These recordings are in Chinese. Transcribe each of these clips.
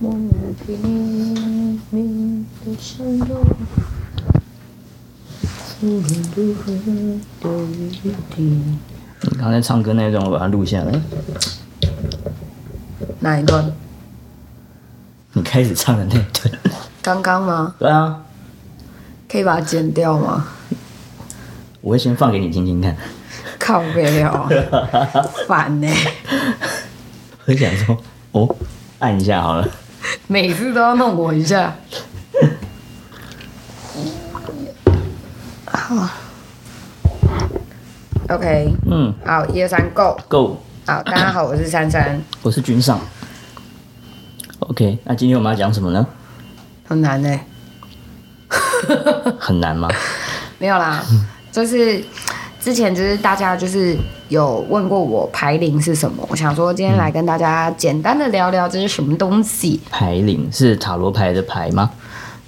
默默地明明的闪动，不伦不合的雨滴。你刚才唱歌那段我把它录下来，哪一段？你开始唱的那段。刚刚吗？对啊，可以把它剪掉吗？我会先放给你听听看。靠背哦，烦呢、我想说，哦，按一下好了。每次都要弄我一下。好，OK，嗯好，一二三，Go！ ，Go，好，大家好，我是珊珊，我是君上。OK，那今天我们要讲什么呢？很难呢、很难吗？没有啦，就是之前就是大家就是有问过我排铃是什么，我想说今天来跟大家简单的聊聊这是什么东西。牌灵是塔罗牌的牌吗？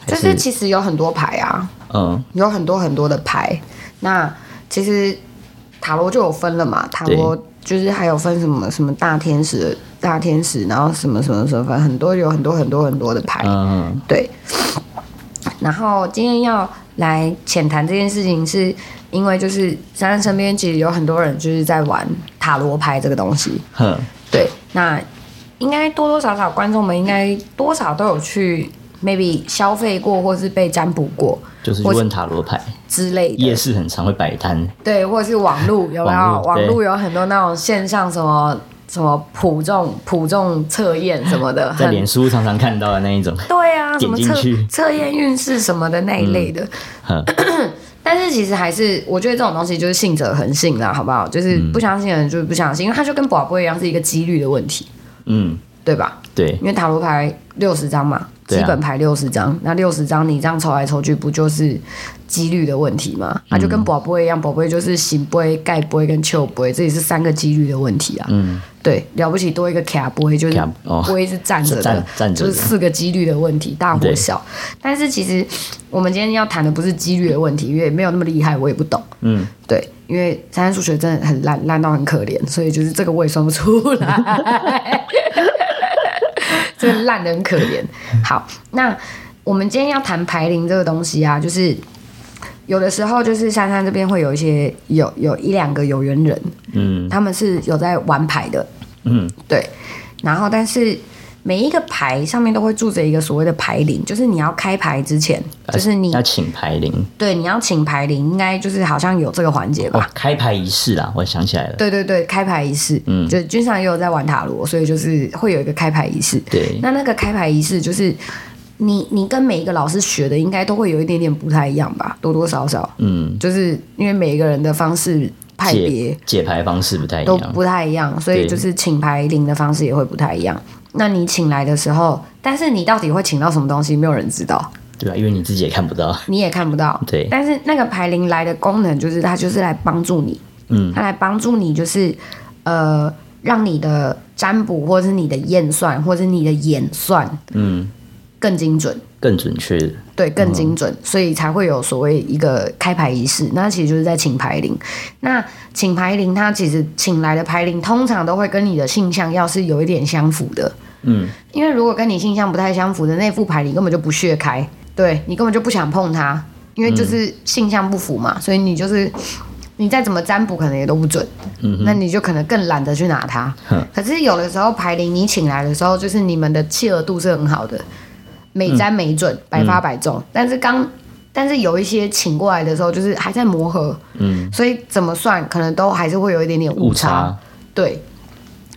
还这是其实有很多牌啊，嗯，有很多很多的牌。那其实塔罗就有分了嘛，塔罗就是还有分什么什么大天使、大天使，然后什么什么什么，反正很多有很多很多很多的牌。嗯对。然后今天要来浅谈这件事情，是因为就是珊珊身边其实有很多人就是在玩塔罗牌这个东西。哼，对，那应该多多少少观众们应该多少都有去 maybe 消费过，或是被占卜过就是去我问塔罗牌。之类的。夜市很常会摆摊，对，或者是网络有没网有？络网对络有很多那种线上什么什么普众普众测验什么的，在很脸书常常看到的那一种。对啊，什点么进测去嗯测验运势什么的那一类的。 哼，但是其实还是，我觉得这种东西就是信者恒信啊啦，好不好？就是嗯不相信的人就是不相信，因为它就跟宝贝一样是一个几率的问题，嗯，对吧？对，因为塔罗牌六十张嘛，对啊基本牌六十张，那六十张你这样抽来抽去，不就是几率的问题嗯吗？它就跟宝贝一样，宝贝就是行杯、盖杯跟球杯，这也是三个几率的问题啊。嗯，对，了不起多一个卡波，就是卡哦波是站着是的站，站着就的是四个几率的问题，大或对小。但是其实我们今天要谈的不是几率的问题，因为没有那么厉害，我也不懂。嗯，对，因为三三数学真的很烂，烂到很可怜，所以就是这个我也算不出来，这个烂的很可怜。嗯好，那我们今天要谈排铃这个东西啊，就是有的时候就是珊珊这边会有一些有有一两个有缘人，嗯，他们是有在玩牌的，嗯，对。然后，但是每一个牌上面都会住着一个所谓的牌灵，就是你要开牌之前，啊就是你要请牌灵对你要请牌灵，应该就是好像有这个环节哦吧？，开牌仪式啦，我想起来了，对对对，开牌仪式，嗯，就是君上也有在玩塔罗，所以就是会有一个开牌仪式。对，那那个开牌仪式就是你你跟每一个老师学的，应该都会有一点点不太一样吧？多多少少，嗯，就是因为每一个人的方式派别解解牌方式不太一都样，不太一样，所以对就是请牌灵的方式也会不太一样。那你请来的时候，但是你到底会请到什么东西，没有人知道，对吧？因为你自己也看不到，你也看不到。对但是那个牌灵来的功能就是，它就是来帮助你，嗯，它来帮助你，就是呃，让你的占卜或者是你的验算或者是你的演算，嗯，更精准。更准确，对，更精准，所以才会有所谓一个开牌仪式。那其实就是在请牌灵。那请牌灵，它其实请来的牌灵通常都会跟你的性向要是有一点相符的，嗯，因为如果跟你性向不太相符的那副牌，你根本就不屑开，对你根本就不想碰它，因为就是性向不符嘛，所以你就是你再怎么占卜，可能也都不准。嗯那你就可能更懒得去拿它哼。可是有的时候牌灵你请来的时候，就是你们的契合度是很好的，每沾每准，百发百嗯中。但是刚但是有一些请过来的时候，就是还在磨合，嗯，所以怎么算可能都还是会有一点点误误差。差，对。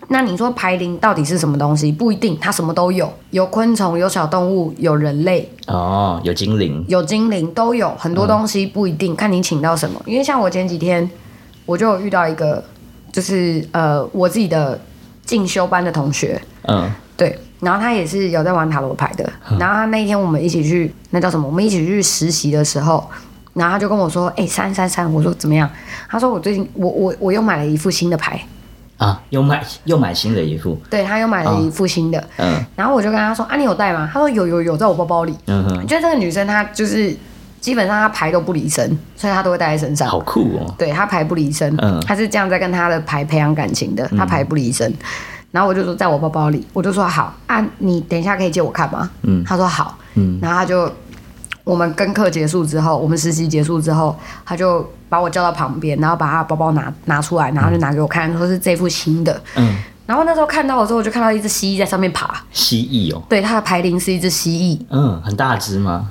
那你说牌灵到底是什么东西？不一定，它什么都有，有昆虫，有小动物，有人类，哦，有精灵，有精灵，都有很多东西不一定、看你请到什么。因为像我前几天我就有遇到一个，就是呃我自己的进修班的同学，嗯，对，然后他也是有在玩塔罗牌的。然后他那一天我们一起去那叫什么？我们一起去实习的时候。然后他就跟我说：“哎、三三三，我说怎么样？”他说：“我最近我我我又买了一副新的牌，啊，又买又买新的一副，对他又买了一副新的。嗯然后我就跟他说：“啊，你有带吗？”他说：“有有有，在我包包里。”嗯哼，就这个女生她就是基本上她牌都不离身，所以她都会带在身上。好酷哦，对她牌不离身，嗯她是这样在跟她的牌培养感情的，她牌不离身。然后我就说在我包包里，我就说好啊，你等一下可以借我看吗？嗯他说好，嗯然后他就我们跟课结束之后，我们实习结束之后，他就把我叫到旁边，然后把他的包包拿拿出来，然后就拿给我看，说是这副新的。嗯，然后那时候看到的时候，我就看到一只蜥蜴在上面爬，蜥蜴哦，对，它的牌龄是一只蜥蜴，嗯，很大只吗？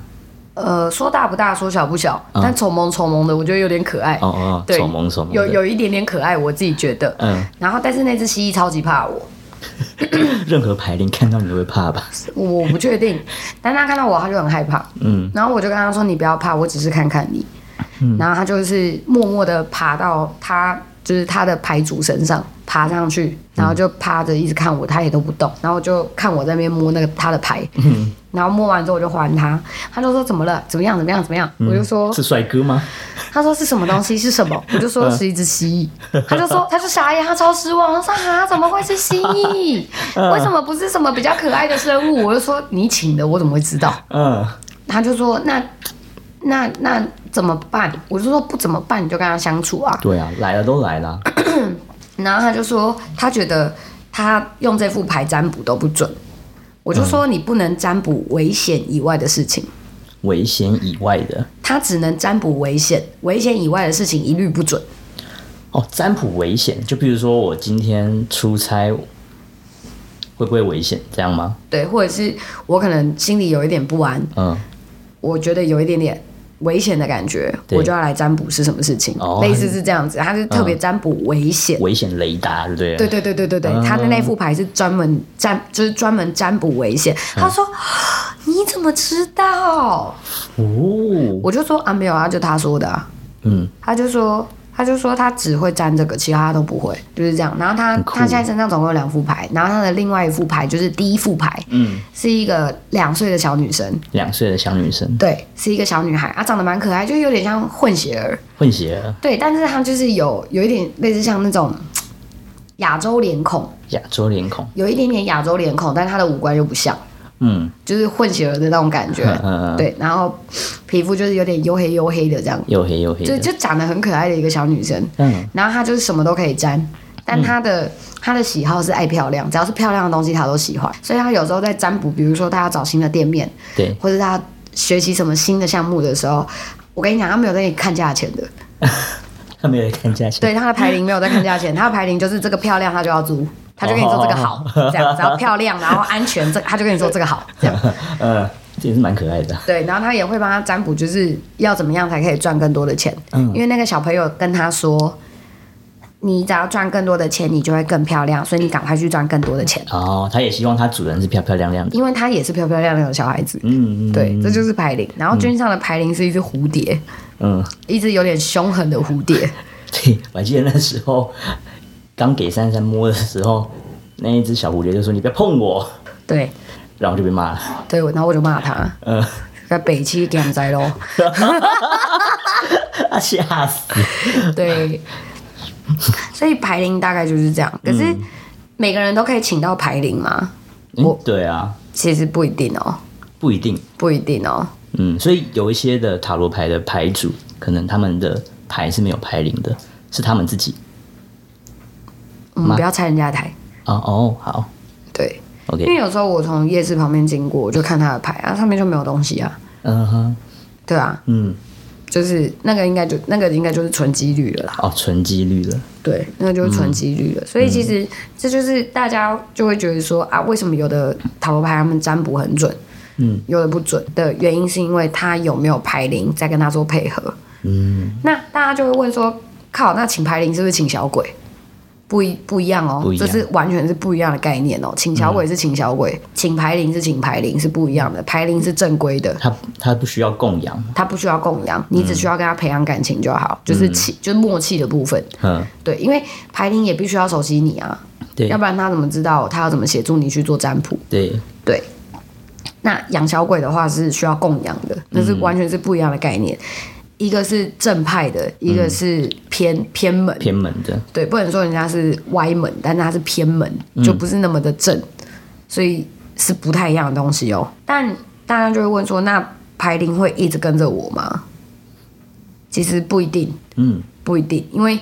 呃，说大不大，说小不小，嗯但丑萌丑萌的，我觉得有点可爱，哦哦，对丑萌丑萌的，有有一点点可爱，我自己觉得。嗯，然后，但是那只蜥蜴超级怕我，任何牌林看到你都会怕吧？我不确 定，但他看到我，他就很害怕。嗯然后我就跟他说：“你不要怕，我只是看看你。然后他就是默默的爬到他就是他的牌主身上，爬上嗯去，然后就趴着一直看我，他也都不动。然后就看我在那边摸那个他的牌，嗯，然后摸完之后我就还他，他就说：“怎么了？怎么样？怎么样？怎么样？”我就说：“是帅哥吗？他说是什么东西？是什么？我就说是一只蜥蜴，他就说他就傻眼，他超失望，他说啊怎么会是蜥蜴？为什么不是什么比较可爱的生物？我就说你请的，我怎么会知道？嗯他就说那那那怎么办？我就说不怎么办，你就跟他相处啊。对啊，来了都来了，然后他就说他觉得他用这副牌占卜都不准，我就说你不能占卜危险以外的事情，危险以外的他只能占卜危险，危险以外的事情一律不准。哦，占卜危险，就比如说我今天出差，会不会危险？这样吗？对，或者是我可能心里有一点不安，嗯，我觉得有一点点危险的感觉，对我就要来占卜是什么事情，哦嗯类似是这样子，他是特别占卜危险。危险雷达，对不对？对对对对对对，他的那嗯副牌是专门占，就是专门占卜危险。嗯他说：“你怎么知道哦，？”我就说：“啊，没有啊，就他说的啊。嗯，”他就说：“他就说他只会占这个，其他他都不会，就是这样。”然后他很酷他现在身上总共有两副牌，然后他的另外一副牌就是第一副牌，嗯，是一个两岁的小女生，两岁的小女生对，是一个小女孩啊，长得蛮可爱，就有点像混血儿，混血儿，对，但是她就是有有一点类似像那种嗯亚洲脸孔，亚洲脸孔，有一点点亚洲脸孔，但她的五官又不像，嗯就是混血儿的那种感 觉，嗯嗯嗯，，对，然后皮肤就是有点黝黑黝黑的这样，又黑又黑就的，就长得很可爱的一个小女生，嗯，然后她就是什么都可以沾。但她的、嗯她的喜好是爱漂亮，只要是漂亮的东西她都喜欢，所以她有时候在占卜，比如说她要找新的店面，对，或者他学习什么新的项目的时候，我跟你讲，他没有在给你看价钱的，他没有在看价钱，对，他的牌龄没有在看价钱，他的牌龄就是这个漂亮他就要租，他就跟你说这个好，这样只要漂亮，然后安全，这他就跟你说这个 好，这样嗯，这也是蛮可爱的，对，然后他也会帮他占卜，就是要怎么样才可以赚更多的钱，嗯因为那个小朋友跟他说。你只要赚更多的钱，你就会更漂亮，所以你赶快去赚更多的钱，哦，他也希望他主人是漂漂亮亮的，因为他也是漂漂亮亮的小孩子。嗯，嗯对，这就是牌龄。然后君上的牌龄是一只蝴蝶，嗯，一只有点凶狠的蝴蝶。对， 我还记得那时候刚给珊珊摸的时候，那一只小蝴蝶就说你不要碰我，对然后就被骂了，对，然后我就骂他， 嗯，在北七给仔喽。 啊吓死，对，所以排龄大概就是这样。可是每个人都可以请到排龄吗？嗯我，对啊，其实不一定哦，不一定，不一定哦。嗯，所以有一些的塔罗牌的牌主，可能他们的牌是没有牌灵的，是他们自己。我们不要拆人家的台。哦哦，好对，因为，OK，有时候我从夜市旁边经过，我就看他的牌啊，上面就没有东西啊。嗯哼，对啊，嗯，就是那个应该就那个应该就是纯几率了啦。哦，纯几率了，对，那个就是嗯纯几率了。所以其实这就是大家就会觉得说啊，为什么有的塔罗牌他们占卜很准，嗯，有的不准的原因是因为他有没有牌灵在跟他做配合。嗯，那大家就会问说，靠，那请牌灵是不是请小鬼？不一不一样哦，不一样这是完全是不一样的概念哦。请小鬼是请小鬼，嗯请牌灵是请牌灵是不一样的。牌灵是正规的，他他不需要供养，他不需要供养，你只需要跟他培养感情就好，就是气，就是默契的部分。嗯，对，因为牌灵也必须要熟悉你啊，对要不然他怎么知道他要怎么协助你去做占卜？对，对，那养小鬼的话是需要供养的，那嗯是完全是不一样的概念。一个是正派的，一个是偏、偏门，嗯偏门的，对，不能说人家是歪门，但是他是偏门，嗯就不是那么的正，所以是不太一样的东西哦。但大家就会问说，那牌灵会一直跟着我吗？其实不一定，嗯，不一定，因为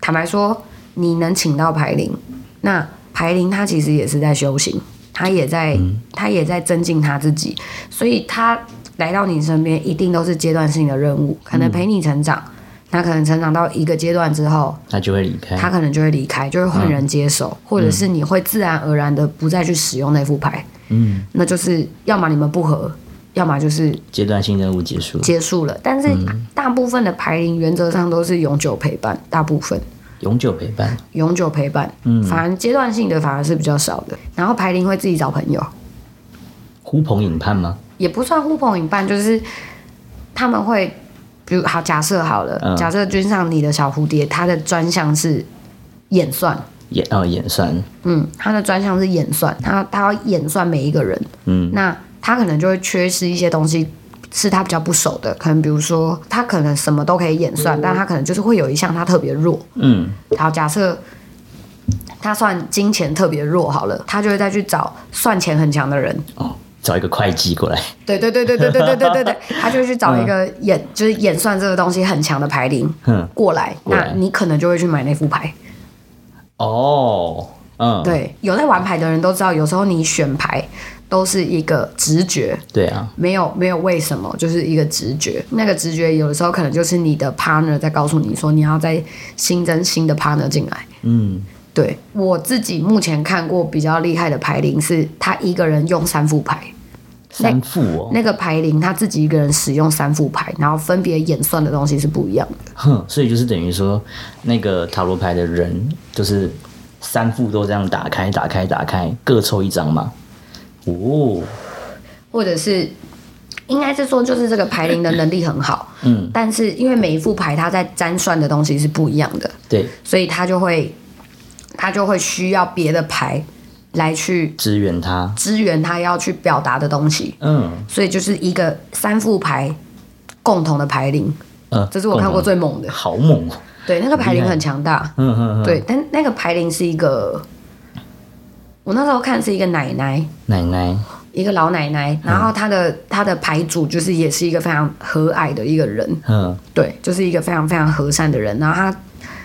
坦白说，你能请到牌灵，那排铃他其实也是在修行，他也在、他也在增进他自己，所以他来到你身边一定都是阶段性的任务，可能陪你成长，他可能成长到一个阶段之后，他就会离开。他可能就会离开，就会换人接手，或者是你会自然而然的不再去使用那副牌，嗯，那就是要么你们不合，要么就是阶段性任务结束，结束了。但是大部分的排铃原则上都是永久陪伴，大部分。永久陪伴。永久陪伴，嗯，反而阶段性的反而是比较少的。然后排铃会自己找朋友，呼朋引伴吗？也不算呼朋引伴，就是他们会，比如好假设好了，嗯假设君上你的小蝴蝶，它的专项是演算，演哦演算，嗯，它的专项是演算，它它要演算每一个人，嗯，那他可能就会缺失一些东西。是他比较不熟的，可能比如说他可能什么都可以演算，但他可能就是会有一项他特别弱，嗯，好，假设他算金钱特别弱好了，他就会再去找算钱很强的人。哦，找一个会计过来，对对对对对对对对对对， 嗯他就会去找一个演、就是演算这个东西很强的牌灵哼，过来，过那来你可能就会去买那副牌。哦，嗯，对，有在玩牌的人都知道，有时候你选牌都是一个直觉，对啊，没有没有为什么，就是一个直觉。那个直觉有的时候可能就是你的 partner 在告诉你说，你要再新增新的 partner 进来。嗯，对我自己目前看过比较厉害的牌灵是，他一个人用三副牌，三副哦，那个牌灵他自己一个人使用三副牌，然后分别演算的东西是不一样的。哼，所以就是等于说，那个塔罗牌的人就是三副都这样打开、打开、打开，各抽一张嘛。哦，或者是应该是说，就是这个牌灵的能力很好， 嗯，但是因为每一副牌它在占算的东西是不一样的，对，所以他就会他就会需要别的牌来去支援他，支援他要去表达的东西，嗯，所以就是一个三副牌共同的牌灵，呃，这是我看过最猛的共。好猛哦，对，那个牌龄很强大。嗯嗯嗯，对，但那个牌龄是一个，我那时候看是一个奶奶，奶奶，一个老奶奶，然嗯后她的、她的牌主就是也是一个非常和蔼的一个人，嗯对，就是一个非常非常和善的人，然后她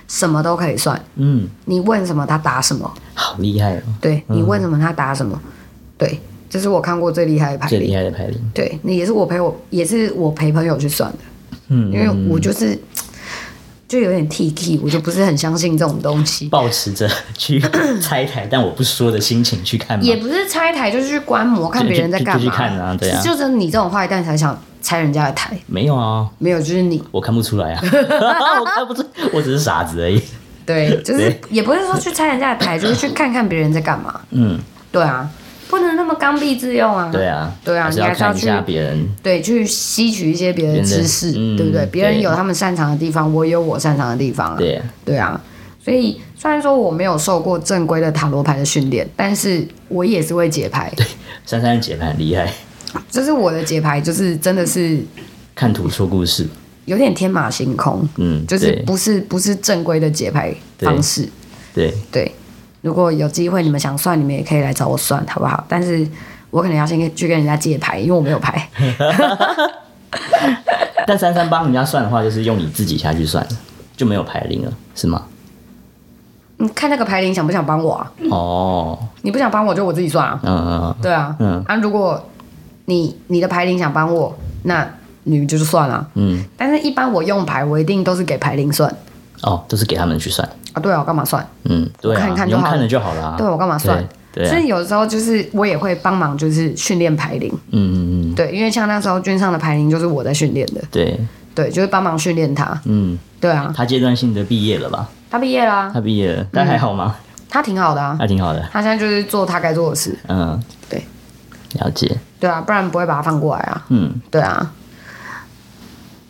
什么都可以算，嗯，你问什么她答什么，好厉害哦，对你问什么她答什么，对，这是我看过最厉害的牌最龄厉。害的牌灵，对，那也是我陪我，也是我陪朋友去算的，嗯，因为我就是就有点 T K，我就不是很相信这种东西。保持着 去拆台，但我不说的心情去看嘛，也不是拆台，就是去观摩，看别人在干嗯就就嘛。去看啊对啊就是你这种坏蛋才想拆人家的台，没有啊，没有，就是你。我看不出 来啊，我看不出，我只是傻子而已。 对，就是对也不是说去拆人家的 台，就是去看看别人在干嘛。嗯，对啊，不能那么刚愎自用啊。对啊，对啊还是你还要是要看一下去别人。对去吸取一些别人的知识，别人的嗯对不对？别人对有他们擅长的地方，我也有我擅长的地方啊。对，对啊，所以虽然说我没有受过正规的塔罗牌的训练，但是我也是会解牌。珊珊的解盘很厉害， 就是我的解牌，就是真的是看图说故事。有点天马行空。嗯，就是对不是不是正规的解牌方式。对，对，如果有机会你们想算，你们也可以来找我算，好不好？但是我可能要先去跟人家借牌，因为我没有牌。 但珊珊帮人家算的话，就是用你自己下去算，就没有排零了，是吗？你看那个牌灵想不想帮我啊？哦，你不想帮我就我自己算啊。嗯嗯对啊，嗯啊，如果你你的牌灵想帮我，那你就是算了、嗯，但是一般我用牌，我一定都是给牌灵算哦，都是给他们去算。啊。对啊，我干嘛算？嗯，对啊，看看你就用好看了就好啦。对我干嘛算？对所对啊，以有时候就是我也会帮忙，就是训练牌灵。嗯嗯嗯，对，因为像那时候军上的牌灵就是我在训练的。对，对，就是帮忙训练他。嗯，对啊，他阶段性的毕业了吧？他毕业啦、他毕业嗯了，但还好吗？他挺好的啊。还挺好的，他现在就是做他该做的事。嗯，对，了解，对啊，不然不会把他放过来啊。嗯，对啊，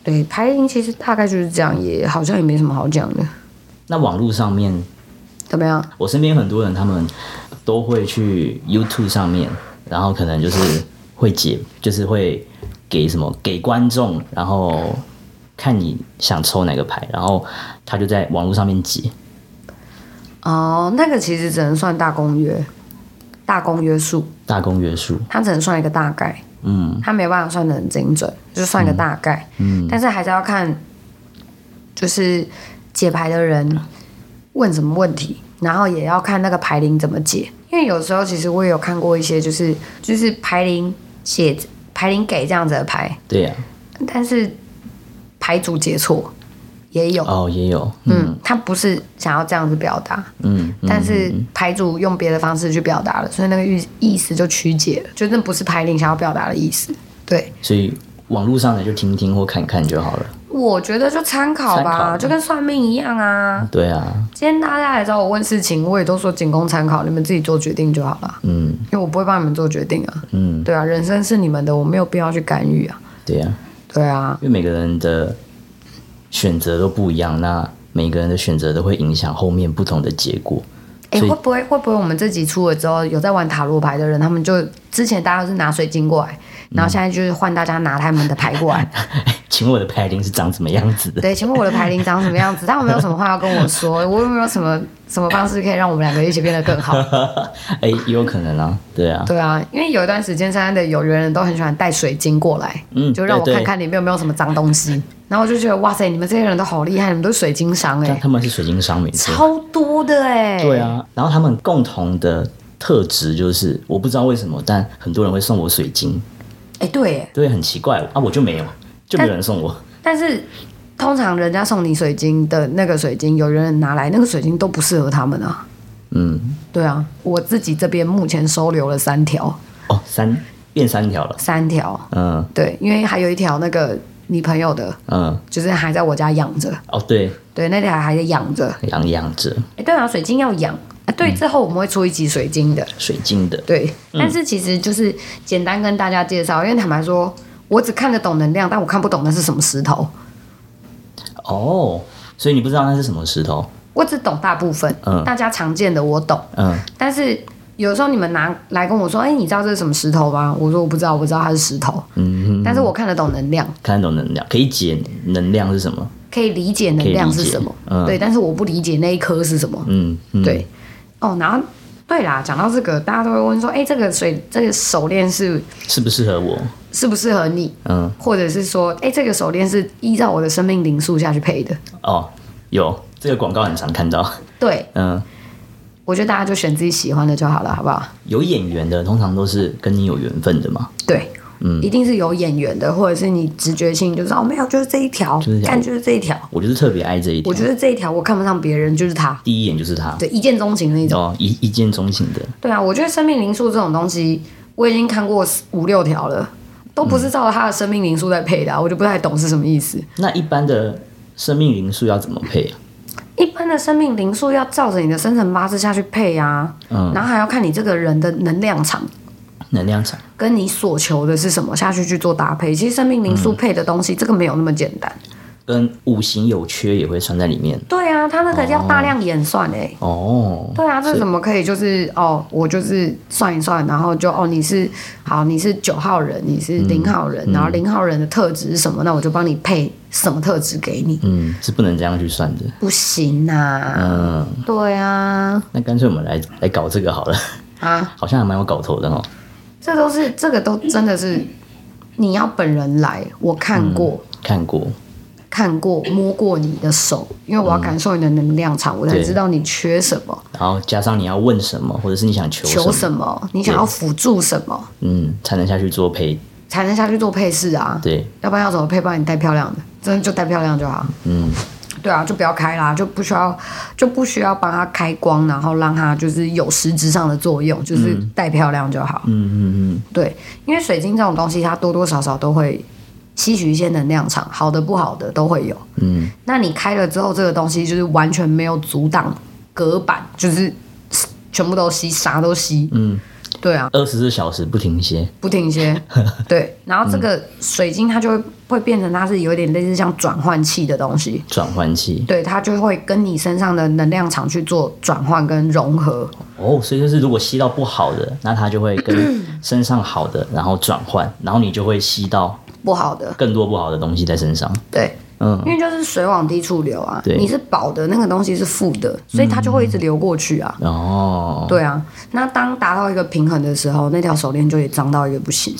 对，排音其实大概就是这样，也好像也没什么好讲的。那网络上面怎么样？我身边很多人，他们都会去 YouTube 上面，然后可能就是会解，就是会给什么给观众，然后看你想抽哪个牌，然后他就在网络上面解。哦，那个其实只能算大公约，大公约数，大公约数，它只能算一个大概，嗯它没有办法算的很精准，就算一个大概。嗯但是还是要看，就是解牌的人问什么问题，然后也要看那个牌灵怎么解。因为有时候其实我也有看过一些，就是就是牌灵写牌灵给这样子的牌，对啊呀、但是牌组解错也有。哦，也有，嗯，他不是想要这样子表达，嗯，嗯但是牌主用别的方式去表达了，所以那个意意思就曲解了，就那不是牌灵想要表达的意思。对，所以网络上的就听听或看看就好了。我觉得就参考参吧，考嗯就跟算命一样啊。对啊，今天大家来找我问事情，我也都说仅供参考，你们自己做决定就好了，嗯因为我不会帮你们做决定啊。嗯，对啊，人生是你们的，我没有必要去干预啊。对呀、对啊，因为每个人的选择都不一样，那每个人的选择都会影响后面不同的结果。哎、所以会不会会不会我们这集出了之后，有在玩塔罗牌的人，他们就之前大家都是拿水晶过来，嗯然后现在就是换大家拿他们的牌过来， 请问我的排铃是长什么样子的？ 对，请问我的牌龄长什么样子？他有没有什么话要跟我说？我有没有什么什么方式可以让我们两个一起变得更好？哎、也有可能啊，对啊，对啊，因为有一段时间，现在的有缘人都很喜欢带水晶过来，嗯就让我对对看看里面有没有什么脏东西。然后我就觉得，哇塞，你们这些人都好厉害，你们都是水晶商哎、但他们是水晶商没错，超多的哎、对，啊，然后他们共同的特质就是，我不知道为什么，但很多人会送我水晶，哎、对耶，对，很奇怪啊，我就没有，就没有人送我，但是通常人家送你水晶的那个水晶，有缘人拿来那个水晶都不适合他们啊。嗯，对啊，我自己这边目前收留了三条，哦，三变三条了，三条，嗯对，因为还有一条那个你朋友的，嗯，就是还在我家养着，哦对，对，那条还在养着。养养着哎，对啊，水晶要养。啊、对，嗯之后我们会出一集水晶的，水晶的，对。但是其实就是简单跟大家介绍，因为坦白说，我只看得懂能量，但我看不懂那是什么石头，哦，所以你不知道那是什么石头，我只懂大部分，嗯大家常见的我懂。嗯，但是有时候你们拿来跟我说，哎，你知道这是什么石头吗？我说我不知道，我不知道它是石头，嗯，但是我看得懂能量，看得懂能量，可以解能量是什么，可以理解能量是什么，可以理解嗯对，但是我不理解那一颗是什么，嗯，嗯对，，哦，然后对啦，讲到这个，大家都会问说，哎、这个水这个手链是适不适合我，适不适合你？嗯，或者是说，哎、这个手链是依照我的生命灵数下去配的？哦，有这个广告很常看到， 对，嗯。我觉得大家就选自己喜欢的就好了，好不好？有眼缘的通常都是跟你有缘分的嘛，对，嗯，一定是有眼缘的，或者是你直觉性就是哦，没有，就是这一条是，这样干就是这一条，我就是特别爱这一条我，觉得这一条我看不上别人，就是它，第一眼就是他，对，一见钟情的那种。哦，一一见钟情的，对啊，我觉得生命灵数这种东西，我已经看过五六条了，都不是照着他的生命灵数在配的啊、我就不太懂是什么意思。那一般的生命灵数要怎么配啊？一般的生命灵数要照着你的生辰八字下去配啊，嗯然后还要看你这个人的能量场能量场跟你所求的是什么下去去做搭配。其实生命灵数配的东西，这个没有那么简单。跟五行有缺也会算在里面对啊，他那个要大量演算哎、哦。对啊，这怎么可以？就是哦，我就是算一算，然后就哦，你是好，你是九号人，你是零号人，然后零号人的特质是什么？那我就帮你配什么特质给你。嗯，是不能这样去算的。不行啊，嗯，对啊，那干脆我们来来搞这个好了， 啊，好像还蛮有搞头的哦。这都是这个都真的是你要本人来，我看过。看过，看过、摸过你的手，因为我要感受你的能量场，我才嗯对知道你缺什么、然后加上你要问什么，或者是你想求什么，求什么，你想要辅助什么，嗯，才能下去做配。才能下去做配饰啊。对，要不然要怎么配？帮你带漂亮的，真的就带漂亮就好。嗯，对啊，就不要开啦，就不需要，就不需要帮它开光，然后让它就是有实质上的作用，就是带漂亮就好。嗯嗯对，因为水晶这种东西，它多多少少都会吸取一些能量场，好的不好的都会有。嗯嗯，那你开了之后，这个东西就是完全没有阻挡隔板，就是全部都吸，啥都吸。嗯，对啊，二十四小时不停歇。不停 歇。对，然后这个水晶它就会会变成它是有点类似像转换器的东西。转换器对，它就会跟你身上的能量场去做转换跟融合。哦，所以就是如果吸到不好的，那它就会跟身上好的，然后转换，然后你就会吸到不好的，更多不好的东西在身上。对，嗯因为就是水往低处流啊，对你是饱的，那个东西是负的，所以它就会一直流过去啊。哦，对啊，那当达到一个平衡的时候，那条手链就也脏到一个不行。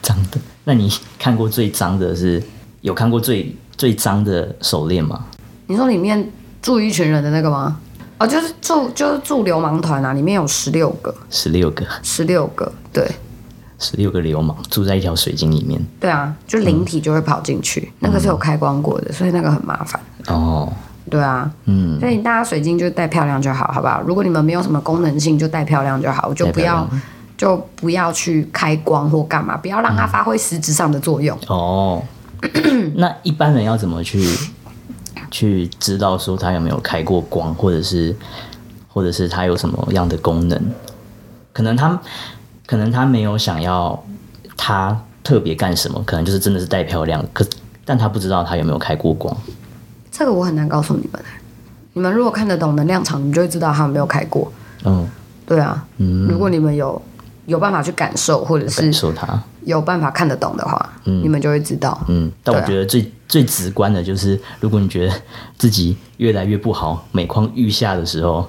脏的。那你看过最脏的是有看过最最脏的手链吗？你说里面住一群人的那个吗？哦，就是住就是住流氓团啊，里面有十六个，十六个，十六个，对十六个流氓住在一条水晶里面。对啊，就灵体就会跑进去，那个是有开光过的，所以那个很麻烦。哦，对啊，嗯，所以大家水晶就带漂亮就好，好不好？如果你们没有什么功能性，就带漂亮就好，就不要带漂亮就不要去开光或干嘛，不要让它发挥实质上的作用。哦，那一般人要怎么去去知道说它有没有开过光，或者是或者是它有什么样的功能？可能他可能他没有想要它特别干什么，可能就是真的是带漂亮，可但他不知道它有没有开过光。这个我很难告诉你们，欸你们如果看得懂能量场，你就会知道它有没有开过。嗯，对啊，嗯如果你们有有办法去感受，或者感是受它。有办法看得懂的话，你们就会知道。嗯，但我对啊觉得最、最直观的就是，如果你觉得自己越来越不好，每况愈下的时候，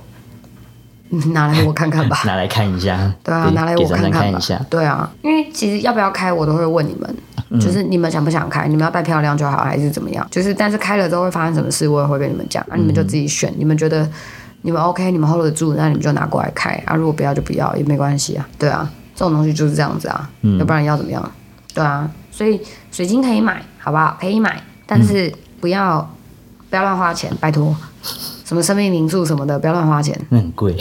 嗯拿来我看看吧。拿来看一下，对啊，给拿来给我珊看珊看看吧一下。。嗯对啊，因为其实要不要开，我都会问你们，就是你们想不想开，你们要带漂亮就好，还是怎么样？就是但是开了之后会发生什么事，我也会跟你们讲，啊，你们就自己嗯选，你们觉得你们 OK，你们 hold 得住，那你们就拿过来开啊，如果不要就不要也没关系啊。对啊，这种东西就是这样子啊，嗯要不然要怎么样？对啊，所以水晶可以买，好不好？可以买，但嗯是不要、不要乱花钱，拜托。什么生命灵数什么的，不要乱花钱，那很贵，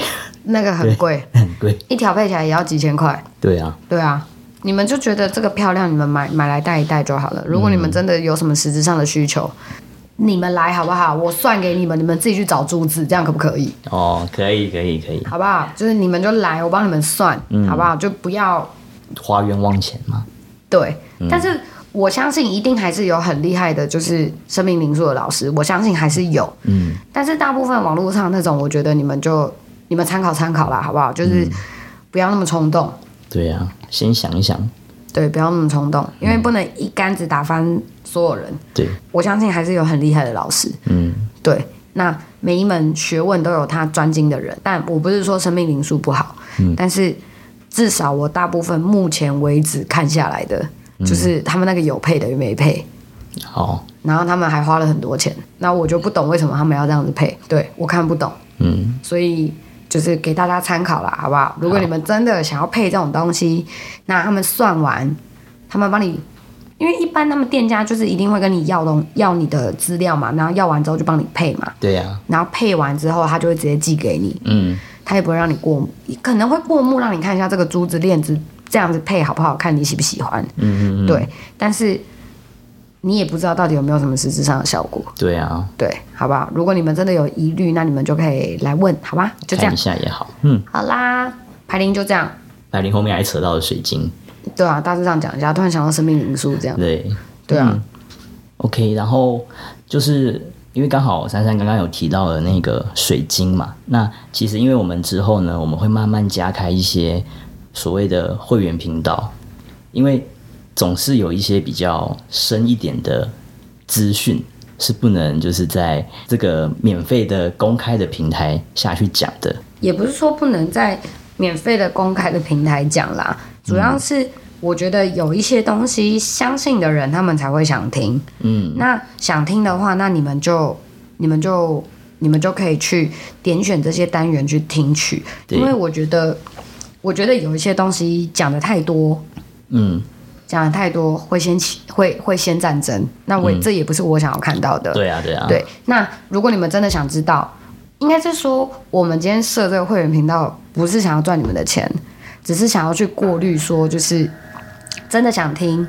那个很对贵，那很贵。一条配起来也要几千块。 对啊，对啊，你们就觉得这个漂亮，你们买买来戴一戴就好了。如果你们真的有什么实质上的需求，你们来好不好？我算给你们，你们自己去找珠子，这样可不可以？哦，可以，可以，可以，好不好？就是你们就来，我帮你们算，好不好？就不要花冤枉钱嘛。对，但是。我相信一定还是有很厉害的，就是生命灵数的老师，我相信还是有。嗯，但是大部分网络上那种，我觉得你们就你们参考参考啦，好不好？就是不要那么冲动。对啊，先想一想，对，不要那么冲动，因为不能一竿子打翻所有人。对，我相信还是有很厉害的老师。嗯，对，那每一门学问都有他专精的人，但我不是说生命灵数不好，但是至少我大部分目前为止看下来的，就是他们那个有配的与没配。好，然后他们还花了很多钱，那我就不懂为什么他们要这样子配，对我看不懂，嗯，所以就是给大家参考啦，好不好？如果你们真的想要配这种东西，那他们算完，他们帮你，因为一般他们店家就是一定会跟你要东要你的资料嘛，然后要完之后就帮你配嘛，对啊，然后配完之后他就会直接寄给你，嗯，他也不会让你过目，可能会过目让你看一下这个珠子链子这样子配好不好看，你喜不喜欢？嗯嗯嗯，对，但是你也不知道到底有没有什么实质上的效果。对啊，对，好不好？如果你们真的有疑虑，那你们就可以来问，好吧？就这看样一，下也好。嗯，好啦，排铃就这样。百灵后面还扯到了水晶，对啊，大致上讲一下，突然想到生命灵数这样。对，对啊， OK，然后就是因为刚好珊珊刚刚有提到了那个水晶嘛，那其实因为我们之后呢，我们会慢慢加开一些所谓的会员频道，因为总是有一些比较深一点的资讯是不能就是在这个免费的公开的平台下去讲的，也不是说不能在免费的公开的平台讲啦，主要是我觉得有一些东西，相信的人他们才会想听。嗯，那想听的话，那你们就你们就你们就可以去点选这些单元去听取，对因为我觉得我觉得有一些东西讲的太多，嗯，讲的太多会先起会会先战争，那我、这也不是我想要看到的。对啊，对啊，对，那如果你们真的想知道，应该是说我们今天设这个会员频道，不是想要赚你们的钱，只是想要去过滤说，就是真的想听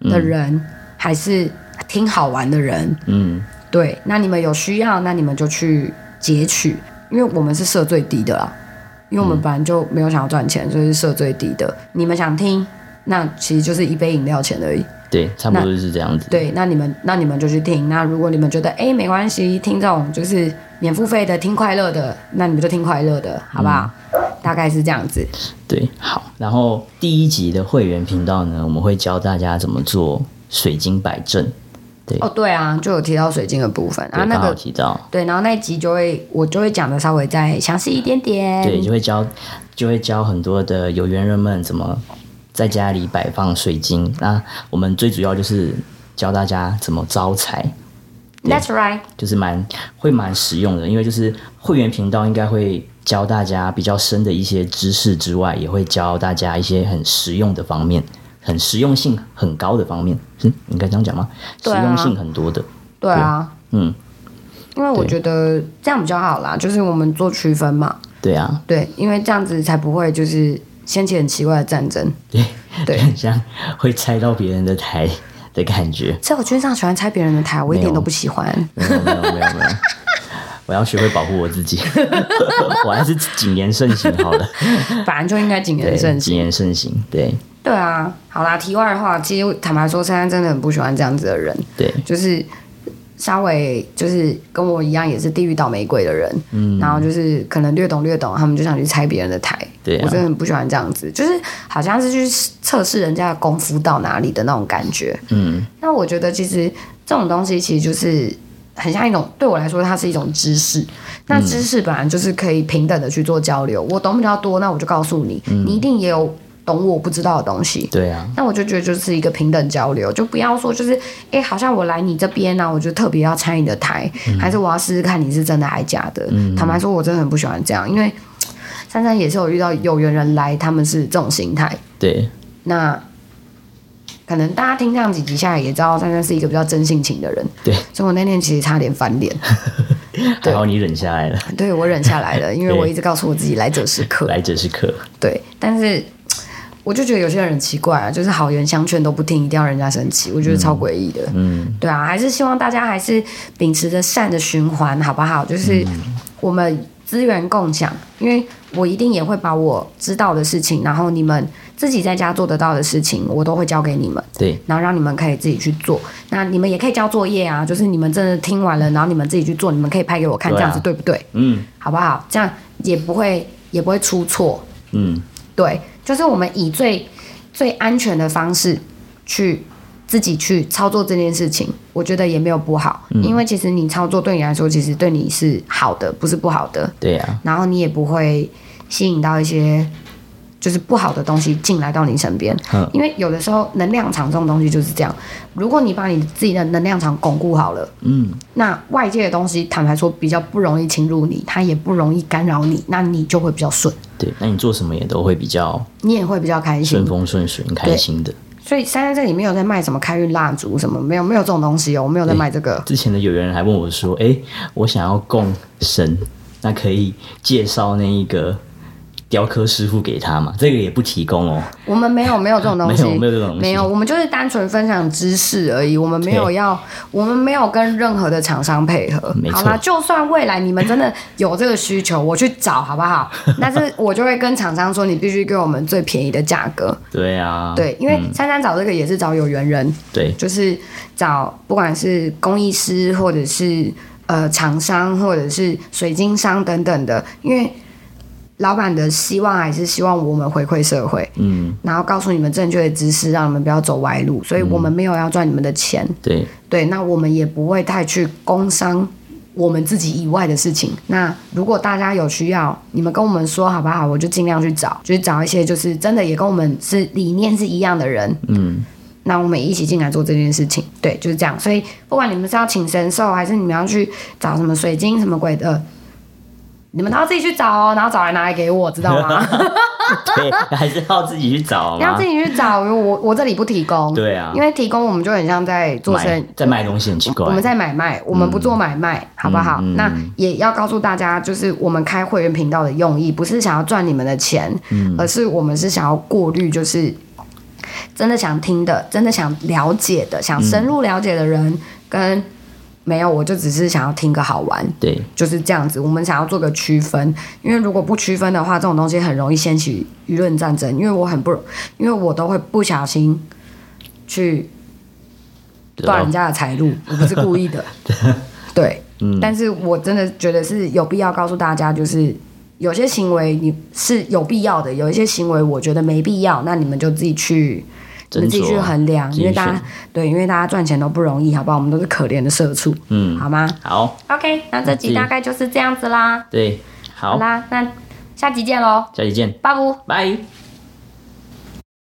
的人，还是听好玩的人。嗯，对，那你们有需要，那你们就去截取，因为我们是设最低的啦，因为我们本来就没有想要赚钱，所以是设最低的。你们想听，那其实就是一杯饮料钱而已。对，差不多就是这样子，对，那你们那你们就去听。那如果你们觉得哎没关系，听这种就是免付费的，听快乐的，那你们就听快乐的，好不好？嗯大概是这样子。对，好。然后第一集的会员频道呢，我们会教大家怎么做水晶摆正。对，哦，对啊，就有提到水晶的部分，然对，后啊那刚好个提到，对，然后那一集就会我就会讲的稍微再详细一点点。对，就会教，就会教很多的有缘人们怎么在家里摆放水晶。那我们最主要就是教大家怎么招财， That's right，就是蛮会蛮实用的，因为就是会员频道应该会教大家比较深的一些知识之外，也会教大家一些很实用的方面，很实用性很高的方面，嗯，应该这样讲吗？实对啊用性很多的，对啊，嗯，因为我觉得这样比较好啦，就是我们做区分嘛，对啊， 对，因为这样子才不会就是掀起很奇怪的战争。对，对很像会猜到别人的台的感觉，在我圈上喜欢拆别人的台，我一点都不喜欢。没有没有没有没有， 我要学会保护我自己， 我还是谨言慎行好了，本来就应该谨对，言慎行。谨言慎行，对对啊，好啦，题外话，其实坦白说，珊珊真的很不喜欢这样子的人，对，就是稍微就是跟我一样也是地狱倒霉鬼的人，嗯，然后就是可能略懂略懂，他们就想去拆别人的台，对啊我真的很不喜欢这样子，就是好像是去测试人家的功夫到哪里的那种感觉。嗯，那我觉得其实这种东西其实就是。很像一种对我来说，它是一种知识。嗯那知识本来就是可以平等的去做交流。我懂比较多，那我就告诉你，嗯你一定也有懂我不知道的东西。对啊，那我就觉得就是一个平等交流，就不要说就是，哎、好像我来你这边呢、我就特别要拆你的台，嗯还是我要试试看你是真的还假的。坦白说，我真的很不喜欢这样，因为珊珊也是有遇到有缘人来，他们是这种心态。对那可能大家听这样几集下来，也知道珊珊是一个比较真性情的人，对，所以我那天其实差点翻脸，对还好你忍下来了。对我忍下来了，因为对我一直告诉我自己来者是客，来者是客，对，但是我就觉得有些人很奇怪啊，就是好言相劝都不听，一定要人家生气，我觉得超诡异的。嗯，对啊，还是希望大家还是秉持着善的循环，好不好？就是嗯我们资源共享，因为我一定也会把我知道的事情，然后你们自己在家做得到的事情，我都会交给你们。对然后让你们可以自己去做，那你们也可以交作业啊，就是你们真的听完了，然后你们自己去做，你们可以拍给我看，对啊这样子对不对？嗯好不好？这样也不会也不会出错，嗯，对，就是我们以最最安全的方式去自己去操作这件事情，我觉得也没有不好，嗯因为其实你操作对你来说，其实对你是好的，不是不好的，对啊，然后你也不会吸引到一些就是不好的东西进来到你身边，嗯因为有的时候能量场这种东西就是这样，如果你把你自己的能量场巩固好了，嗯，那外界的东西坦白说比较不容易侵入你，它也不容易干扰你，那你就会比较顺，对，那你做什么也都会比较你也会比较开心顺。风顺水，很开心的。所以珊珊这里没有在卖什么开运蜡烛什么，没有没有这种东西哦，我没有在卖这个。之前的有人还问我说：“哎、我想要供神，那可以介绍那一个雕刻师傅给他吗？”这个也不提供哦。我们没有没有这种东西，没有没有这种东西没有我们就是单纯分享知识而已，我们没有对要，我们没有跟任何的厂商配合没。错好啦，就算未来你们真的有这个需求，我去找好不 好？但是我就会跟厂商说，你必须给我们最便宜的价格。对啊，对，因为珊珊找这个也是找有缘人，对就是找不管是工艺师或者是呃厂商或者是水晶商等等的，因为老板的希望还是希望我们回馈社会，嗯，然后告诉你们正确的知识，让你们不要走歪路，所以我嗯们没有要赚你们的钱，对对，那我们也不会太去工商。我们自己以外的事情，那如果大家有需要，你们跟我们说好不好？我就尽量去找，就是找一些就是真的也跟我们是理念是一样的人，嗯，那我们一起进来做这件事情，对，就是这样。所以不管你们是要请神兽，还是你们要去找什么水晶什么鬼的，你们都要自己去找哦，然后找来拿来给我，知道 吗？ 对， 还是要自己去找你要嘛自。己去找，我我这里不提供，对啊因为提供我们就很像在做生买意。在卖东西很奇怪，我们在买卖，我们不做买卖，好不好？嗯嗯嗯那也要告诉大家，就是我们开会员频道的用意，不是想要赚你们的钱，嗯而是我们是想要过滤，就是真的想听的、真的想了解的、嗯想深入了解的人，跟没有，我就只是想要听个好玩。对就是这样子，我们想要做个区分，因为如果不区分的话，这种东西很容易掀起舆论战争。因为我很不，因为我都会不小心去对啊断吧人家的财 路，我不是故意的。对，嗯但是我真的觉得是有必要告诉大家，就是有些行为你是有必要的，有一些行为我觉得没必要，那你们就自己去。你们自己去斟酌啊衡量，因为精选大家对，因为大家赚钱都不容易，好不好？我们都是可怜的社畜，嗯好吗好， ？OK，那这集嗯大概就是这样子啦。对，好好，啦，那下集见喽，下期见，拜拜。拜。